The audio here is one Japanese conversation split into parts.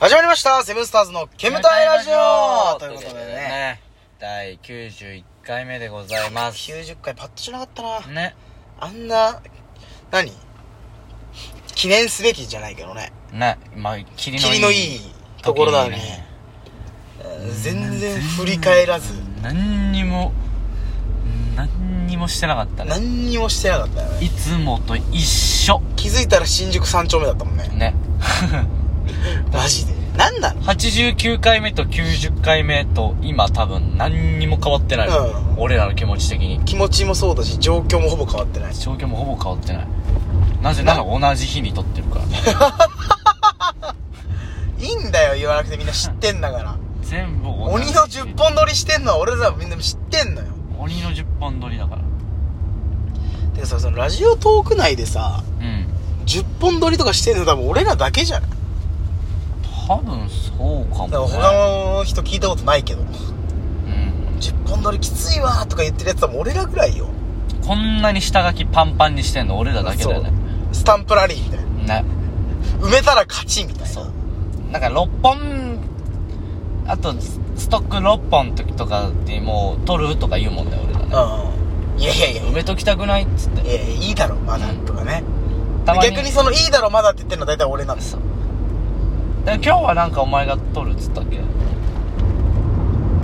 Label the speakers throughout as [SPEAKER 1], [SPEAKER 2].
[SPEAKER 1] 始まりましたセブンスターズの煙たいラジオということでね、
[SPEAKER 2] ね。第91回目でございます。
[SPEAKER 1] 90回パッとしなかったな。
[SPEAKER 2] ね。
[SPEAKER 1] あんな、何記念すべきじゃないけどね。
[SPEAKER 2] ね。まあ、霧のいい。
[SPEAKER 1] 霧のいいところなのに、
[SPEAKER 2] 時ね
[SPEAKER 1] えー全然振り返らず、
[SPEAKER 2] 何にも、何にもしてなかったね。
[SPEAKER 1] 何にもしてなかったよね。
[SPEAKER 2] いつもと一緒。
[SPEAKER 1] 気づいたら新宿3丁目だったもんね。
[SPEAKER 2] ね。
[SPEAKER 1] マジで。なんなの
[SPEAKER 2] 89回目と90回目と今多分何にも変わってない。
[SPEAKER 1] うん
[SPEAKER 2] 俺らの気持ち的に。
[SPEAKER 1] 気持ちもそうだし、状況もほぼ変わってない。
[SPEAKER 2] 状況もほぼ変わってない。なぜなら同じ日に撮ってるから。
[SPEAKER 1] いいんだよ、言わなくてみんな知ってんだから。
[SPEAKER 2] 全部同じ
[SPEAKER 1] 鬼
[SPEAKER 2] 日
[SPEAKER 1] の10本撮りしてんのは俺らみんな知ってんのよ。
[SPEAKER 2] 鬼の10本撮りだから。
[SPEAKER 1] でさ、そのラジオトーク内でさ、
[SPEAKER 2] うん。
[SPEAKER 1] 10本撮りとかしてんの多分俺らだけじゃない
[SPEAKER 2] 多分そうかも、ね、
[SPEAKER 1] だから他の人聞いたことないけど
[SPEAKER 2] うん
[SPEAKER 1] 10本撮りきついわーとか言ってるやつはもう俺らぐらいよ
[SPEAKER 2] こんなに下書きパンパンにしてんの俺らだけだよね
[SPEAKER 1] スタンプラリーみたいな
[SPEAKER 2] ね
[SPEAKER 1] 埋めたら勝ちみたいな
[SPEAKER 2] そうなんか6本あとストック6本の時とかでもう取るとか言うもんだよ俺らね
[SPEAKER 1] うんいやいやいや
[SPEAKER 2] 埋めときたくないっつって
[SPEAKER 1] いやいやいいだろまだとかね
[SPEAKER 2] たまに
[SPEAKER 1] 逆にそのいいだろまだって言ってるのは大体俺なんです
[SPEAKER 2] そうだから今日はなんかお前が取るっつったっけ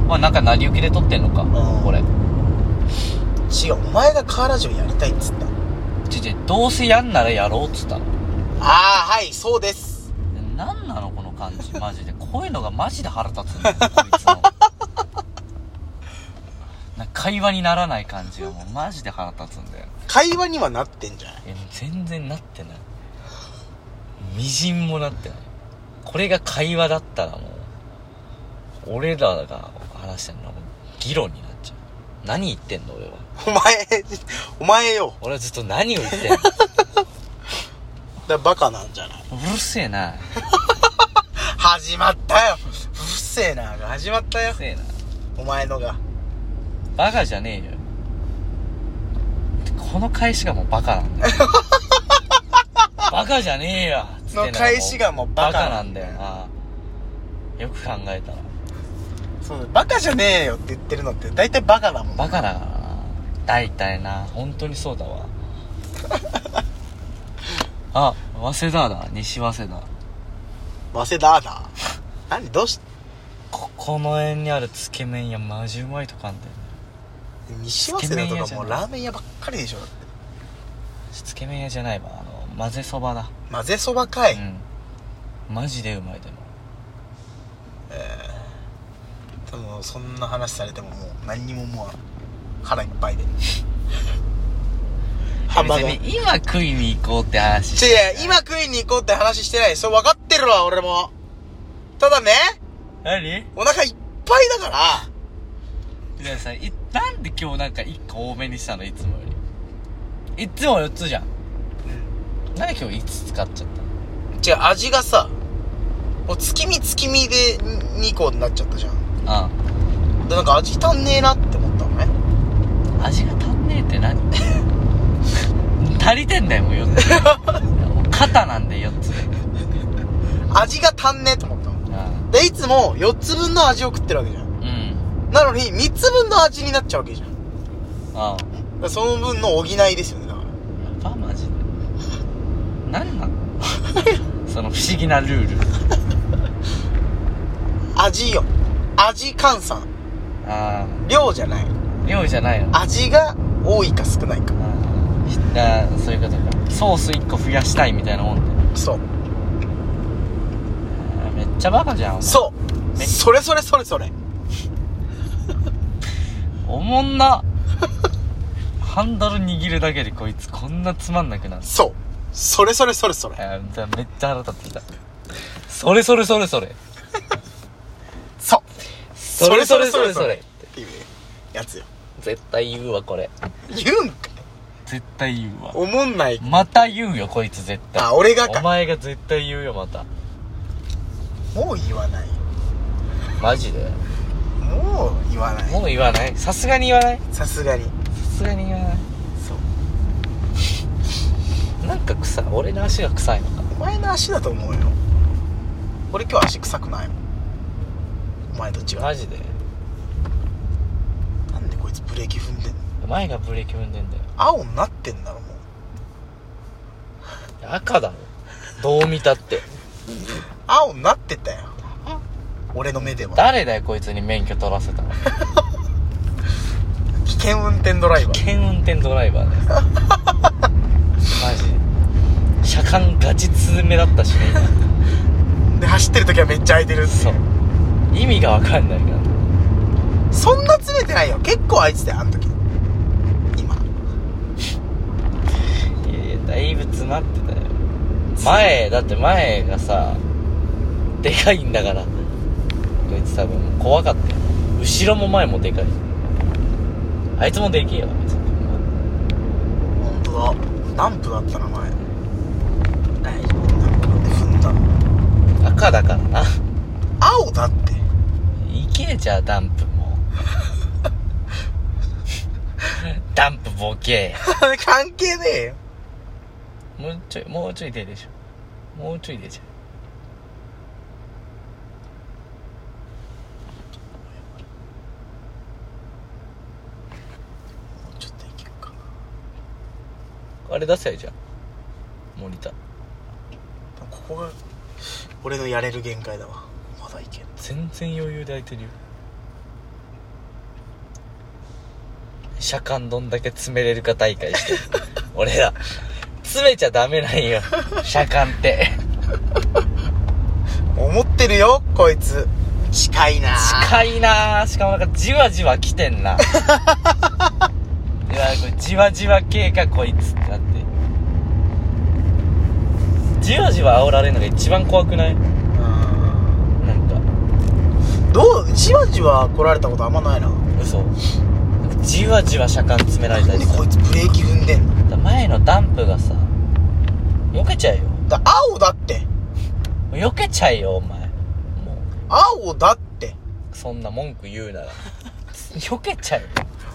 [SPEAKER 2] まあなんか成り行きで取ってんのか
[SPEAKER 1] ん
[SPEAKER 2] これ
[SPEAKER 1] 違うお前がカーラジオやりたいっつった
[SPEAKER 2] ちちどうせやんならやろうっつったの
[SPEAKER 1] ああはいそうです
[SPEAKER 2] なんなのこの感じマジでこういうのがマジで腹立つんだよこいつのなんか会話にならない感じがもうマジで腹立つんだよ
[SPEAKER 1] 会話にはなってんじゃない
[SPEAKER 2] いや全然なってないみじんもなってないこれが会話だったらもう俺らが話してるのはもう議論になっちゃう何言ってんの俺は
[SPEAKER 1] お前お前よ
[SPEAKER 2] 俺はずっと何を言 ってんの
[SPEAKER 1] だからバカなんじゃないう
[SPEAKER 2] るせえな
[SPEAKER 1] 始まったようるせえなが始まった
[SPEAKER 2] う
[SPEAKER 1] よ
[SPEAKER 2] るせえな
[SPEAKER 1] お前のが
[SPEAKER 2] バカじゃねえよこの返しがもうバカなん だよバカじゃねえよつってん
[SPEAKER 1] の返しがもうバカ
[SPEAKER 2] なんだよなよく考えたら
[SPEAKER 1] そうだバカじゃねえよって言ってるのって大体バカだもん
[SPEAKER 2] バカだからな大体な本当にそう だわあ早稲田だ西早稲田
[SPEAKER 1] 早稲田だ何どうし
[SPEAKER 2] ここの辺にあるつけ麺屋マジうまいとこあんだよね
[SPEAKER 1] 西早
[SPEAKER 2] つけ
[SPEAKER 1] 稲
[SPEAKER 2] 麺
[SPEAKER 1] 田
[SPEAKER 2] 屋
[SPEAKER 1] と
[SPEAKER 2] じ
[SPEAKER 1] か
[SPEAKER 2] ゃ
[SPEAKER 1] も
[SPEAKER 2] な
[SPEAKER 1] う
[SPEAKER 2] い
[SPEAKER 1] ラーメン屋ばっかりでしょだって
[SPEAKER 2] つけ麺屋じゃないわあの混ぜそばだ
[SPEAKER 1] 混ぜそばかい、
[SPEAKER 2] うんマジでうまいでも
[SPEAKER 1] でもそんな話されてももう何にももう腹いっぱい でハンバーガー
[SPEAKER 2] 別に今食いに行こうって話
[SPEAKER 1] ちえ今食いに行こうって話してないそれ分かってるわ俺もただね
[SPEAKER 2] 何
[SPEAKER 1] お腹いっぱいだから
[SPEAKER 2] じゃあさいなんで今日なんか1個多めにしたのいつもよりいつも4つじゃんなんで今日5つ使っちゃっ
[SPEAKER 1] 違う味がさもう月見月見で2個になっちゃったじゃん
[SPEAKER 2] たの
[SPEAKER 1] でなんか味足んねえなって思ったのね
[SPEAKER 2] うん味が足んねえって何 足りてんだよもう4つ肩なんで4つ
[SPEAKER 1] 味が足んねえと思ったの
[SPEAKER 2] あ
[SPEAKER 1] でいつも4つ分の味を食ってるわけじゃん
[SPEAKER 2] うん
[SPEAKER 1] なのに3つ分の味になっちゃうわけじゃんだか
[SPEAKER 2] あ
[SPEAKER 1] らその分の補いですよねだか
[SPEAKER 2] あバマジ で何なのその不思議なルール
[SPEAKER 1] ら味よ味換算
[SPEAKER 2] あ
[SPEAKER 1] 量じゃない
[SPEAKER 2] あ量じゃないの
[SPEAKER 1] 味が多いか少ないか
[SPEAKER 2] ああそういうことかソース1個増やしたいみたいなもんで
[SPEAKER 1] そう
[SPEAKER 2] あーめっちゃバカじゃん
[SPEAKER 1] そう
[SPEAKER 2] ね
[SPEAKER 1] それそれそれそれ
[SPEAKER 2] おもんなハンドル握るだけでこいつこんなつまんなくなる
[SPEAKER 1] そうそれそれそれそれ
[SPEAKER 2] あーじゃあめっちゃ腹立ってきたそれそれそれそれ
[SPEAKER 1] そう
[SPEAKER 2] それそれそれそれ
[SPEAKER 1] っていうやつよ
[SPEAKER 2] 絶対言うわこれ
[SPEAKER 1] 言うんか
[SPEAKER 2] 絶対言うわ
[SPEAKER 1] おもんない
[SPEAKER 2] また言うよこいつ絶対
[SPEAKER 1] あ俺がか
[SPEAKER 2] お前が絶対言うよまた
[SPEAKER 1] もう言わない
[SPEAKER 2] マジで
[SPEAKER 1] もう言わない
[SPEAKER 2] もう言わないさすがに言わない
[SPEAKER 1] さすがに
[SPEAKER 2] さすがに言わない
[SPEAKER 1] そう
[SPEAKER 2] なんか臭い俺の足が臭いのか
[SPEAKER 1] お前の足だと思うよ俺今日足臭くないもんお前と違う
[SPEAKER 2] マジで
[SPEAKER 1] なんでこいつブレーキ踏んでんの
[SPEAKER 2] 前がブレーキ踏んでんだよ
[SPEAKER 1] 青になってんだろもう
[SPEAKER 2] 赤だろどう見たって
[SPEAKER 1] 青になってたよ俺の目では
[SPEAKER 2] 誰だよこいつに免許取らせたの
[SPEAKER 1] 危険運転ドライバ
[SPEAKER 2] 危
[SPEAKER 1] ー
[SPEAKER 2] 険運転ドライバーだよマジで車間ガチ詰めだったしね
[SPEAKER 1] で走ってる時はめっちゃ空いてる
[SPEAKER 2] 今そう意味が分かんないから
[SPEAKER 1] そんな詰めてないよ結構空いてたよあの時今
[SPEAKER 2] いやいやだいぶ詰まってたよ前だって前がさでかいんだからこいつ多分もう怖かったよ後ろも前もでかいあいつもでけえよ別に
[SPEAKER 1] 本当だ何分だったな前大丈夫何分で踏んだの
[SPEAKER 2] 赤だからな
[SPEAKER 1] 青だって
[SPEAKER 2] いけじゃあダンプも ダンプボケ
[SPEAKER 1] 関係ねえよ
[SPEAKER 2] もうちょいもうちょい出るでしょもうちょい出ちゃ
[SPEAKER 1] もうちょっといけるか
[SPEAKER 2] うあれ出せよじゃあモニター
[SPEAKER 1] でもここが俺のやれる限界だわまだいける
[SPEAKER 2] 全然余裕で空いてるよ車間どんだけ詰めれるか大会してる俺ら詰めちゃダメなんよ車間って
[SPEAKER 1] 思ってるよこいつ近いな
[SPEAKER 2] 近いなあしかもなんかじわじわ来てんないやこれじわじわ系かこいつってなってじわじわ煽られるのが一番怖くないなん
[SPEAKER 1] うん
[SPEAKER 2] か
[SPEAKER 1] どうじわじわ来られたことあんまないな
[SPEAKER 2] 嘘じわじわ車間詰められた
[SPEAKER 1] なん
[SPEAKER 2] り
[SPEAKER 1] で
[SPEAKER 2] さ
[SPEAKER 1] こいつブレーキ踏んでんの
[SPEAKER 2] 前のダンプがさ避けちゃえよ
[SPEAKER 1] だ青だって
[SPEAKER 2] 避けちゃえよお前も
[SPEAKER 1] 青だって
[SPEAKER 2] うそんな文句言うなら避けちゃえよ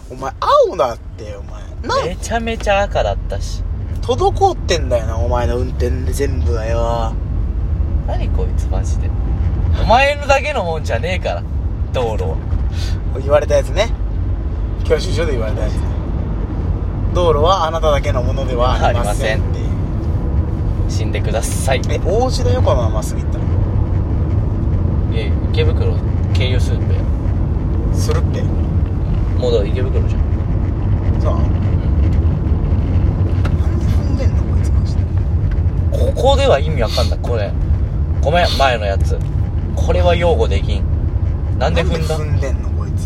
[SPEAKER 1] お前青だってお前なん
[SPEAKER 2] めちゃめちゃ赤だったし
[SPEAKER 1] 滞ってんだよなお前の運転で全部だよ
[SPEAKER 2] 何こいつマジでお前のだけのもんじゃねえから道路は
[SPEAKER 1] 言われたやつね教習所で言われたやつ道路はあなただけのものではありません
[SPEAKER 2] あり
[SPEAKER 1] っていう
[SPEAKER 2] 死んでください
[SPEAKER 1] え大内田横浜まっすぐ行ったの
[SPEAKER 2] いや池袋経由するんだよ
[SPEAKER 1] するって
[SPEAKER 2] もうだから池袋じゃん
[SPEAKER 1] さあなんで踏んでんのこいつマジで
[SPEAKER 2] ここでは意味わかんないこれごめん前のやつこれは擁護できんなんで踏んだ
[SPEAKER 1] なんで踏んでんのこいつ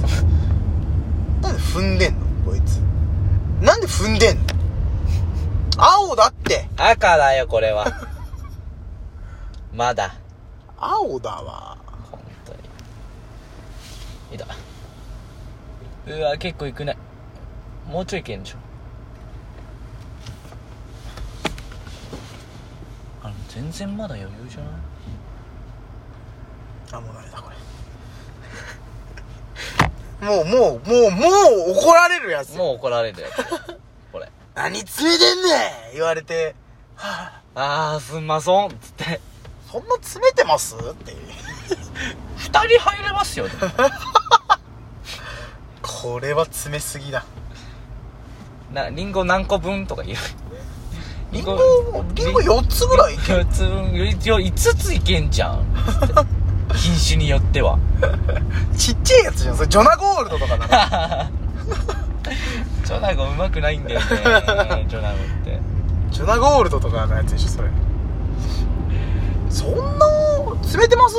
[SPEAKER 1] なんで踏んでんのこいつなんで踏んでんの青だって
[SPEAKER 2] 赤だよこれは まだ
[SPEAKER 1] 青だわ
[SPEAKER 2] 本当にいたうわ結構いくねもうちょいいけんでしょあの全然まだ余裕じゃない
[SPEAKER 1] あもうダメだこ れもうもうもうもう怒られるやつ
[SPEAKER 2] もう怒られるよ これこれ
[SPEAKER 1] 何詰めてんねん言われてはあ
[SPEAKER 2] あーすんまそんっつって
[SPEAKER 1] そんな詰めてますっていう
[SPEAKER 2] 2人入れますよで も
[SPEAKER 1] これは詰めすぎだ
[SPEAKER 2] なリンゴ何個分とか言う
[SPEAKER 1] リンゴもうリンゴ4つぐらいいける
[SPEAKER 2] 4つ分一応5ついけんじゃ んつって品種によっては
[SPEAKER 1] ちっちゃいやつじゃんそれジョナゴールドとかだな
[SPEAKER 2] ジョナゴうまくないんだよねジョナゴって
[SPEAKER 1] ジョナゴールドとかのやつでしょそれそんな詰めてます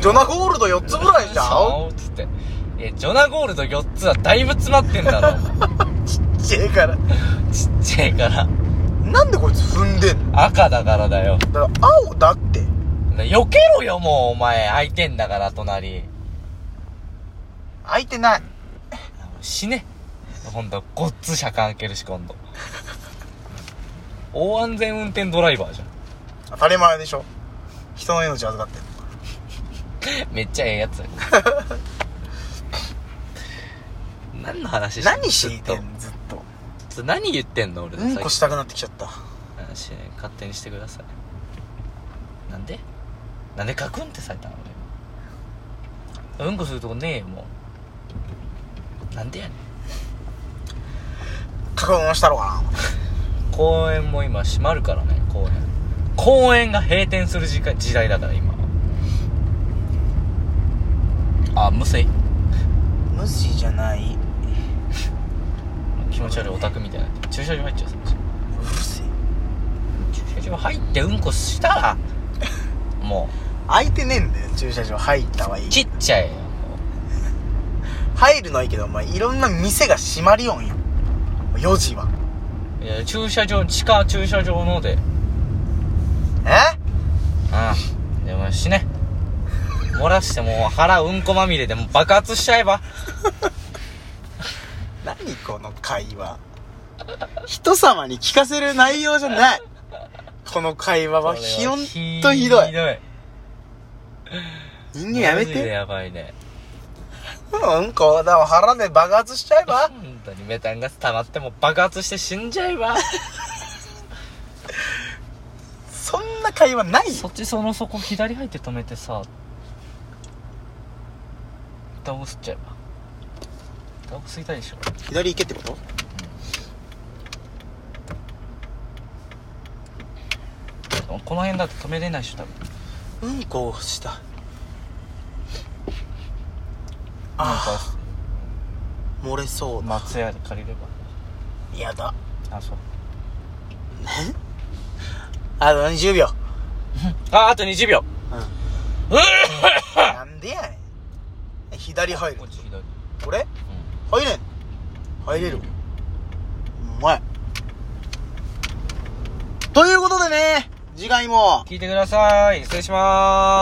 [SPEAKER 1] ジョナゴールド4つぐらいじゃん
[SPEAKER 2] そうつっていやジョナゴールド4つはだいぶ詰まってんだろ
[SPEAKER 1] ちっちゃいから
[SPEAKER 2] ちっちゃいから
[SPEAKER 1] なんでこいつ踏んでんの
[SPEAKER 2] 赤だからだよ
[SPEAKER 1] だから青だって
[SPEAKER 2] 避けろよもうお前空いてんだから隣
[SPEAKER 1] 開いてない
[SPEAKER 2] 死ね今度ごっつ車間開けるし今度 大安全運転ドライバーじゃん
[SPEAKER 1] 当たり前でしょ人の命預かってんの
[SPEAKER 2] めっちゃええやつ何の話してんの
[SPEAKER 1] 何していて
[SPEAKER 2] ずっ
[SPEAKER 1] んずっと
[SPEAKER 2] とずっと何言ってんの俺
[SPEAKER 1] うんこしたくなってきちゃった
[SPEAKER 2] 話勝手にしてくださいなんでなんでカクンってされたの俺うんこするとこねえよもうなんでやねん
[SPEAKER 1] 確認したのか
[SPEAKER 2] 公園も今閉まるからね公園公園が閉店する時間時代だから今あ無水
[SPEAKER 1] な無視じゃない
[SPEAKER 2] 気持ち悪いオタクみたいな駐車場入っちゃうそっち
[SPEAKER 1] うるせえ
[SPEAKER 2] 駐車場入ってうんこしたらも
[SPEAKER 1] 空いてねえんだよ駐車場入ったはいいう
[SPEAKER 2] ちっちゃいよ
[SPEAKER 1] 入るのはいいけどお前いろんな店が閉まりよんよ4時はい
[SPEAKER 2] や駐車場地下駐車場ので
[SPEAKER 1] え
[SPEAKER 2] ああでもしね漏らしてもう腹うんこまみれでもう爆発しちゃえば
[SPEAKER 1] 何この会話人様に聞かせる内容じゃないこの会話はひほんとひどい
[SPEAKER 2] ひどい
[SPEAKER 1] 人間やめ
[SPEAKER 2] マジで
[SPEAKER 1] て
[SPEAKER 2] やばいね
[SPEAKER 1] うんこだわ腹で爆発しちゃえば
[SPEAKER 2] 本当にメタンガス溜まっても爆発して死んじゃえば
[SPEAKER 1] そんな会話ないよ
[SPEAKER 2] そっちその底左入って止めてさ倒すっちゃえば倒すいたいでしょ
[SPEAKER 1] 左行けってこと
[SPEAKER 2] この辺だと止めれないでしょ多分
[SPEAKER 1] うんこをした
[SPEAKER 2] なん
[SPEAKER 1] あ
[SPEAKER 2] か
[SPEAKER 1] あ漏れそうだ
[SPEAKER 2] 松屋で借りれ
[SPEAKER 1] やだ
[SPEAKER 2] ばあそう
[SPEAKER 1] あと20秒
[SPEAKER 2] ああと20秒
[SPEAKER 1] なんでやねん左入る
[SPEAKER 2] こっち左
[SPEAKER 1] 俺入れん入れるうまいということでね次回も
[SPEAKER 2] 聞いてください失礼しまーす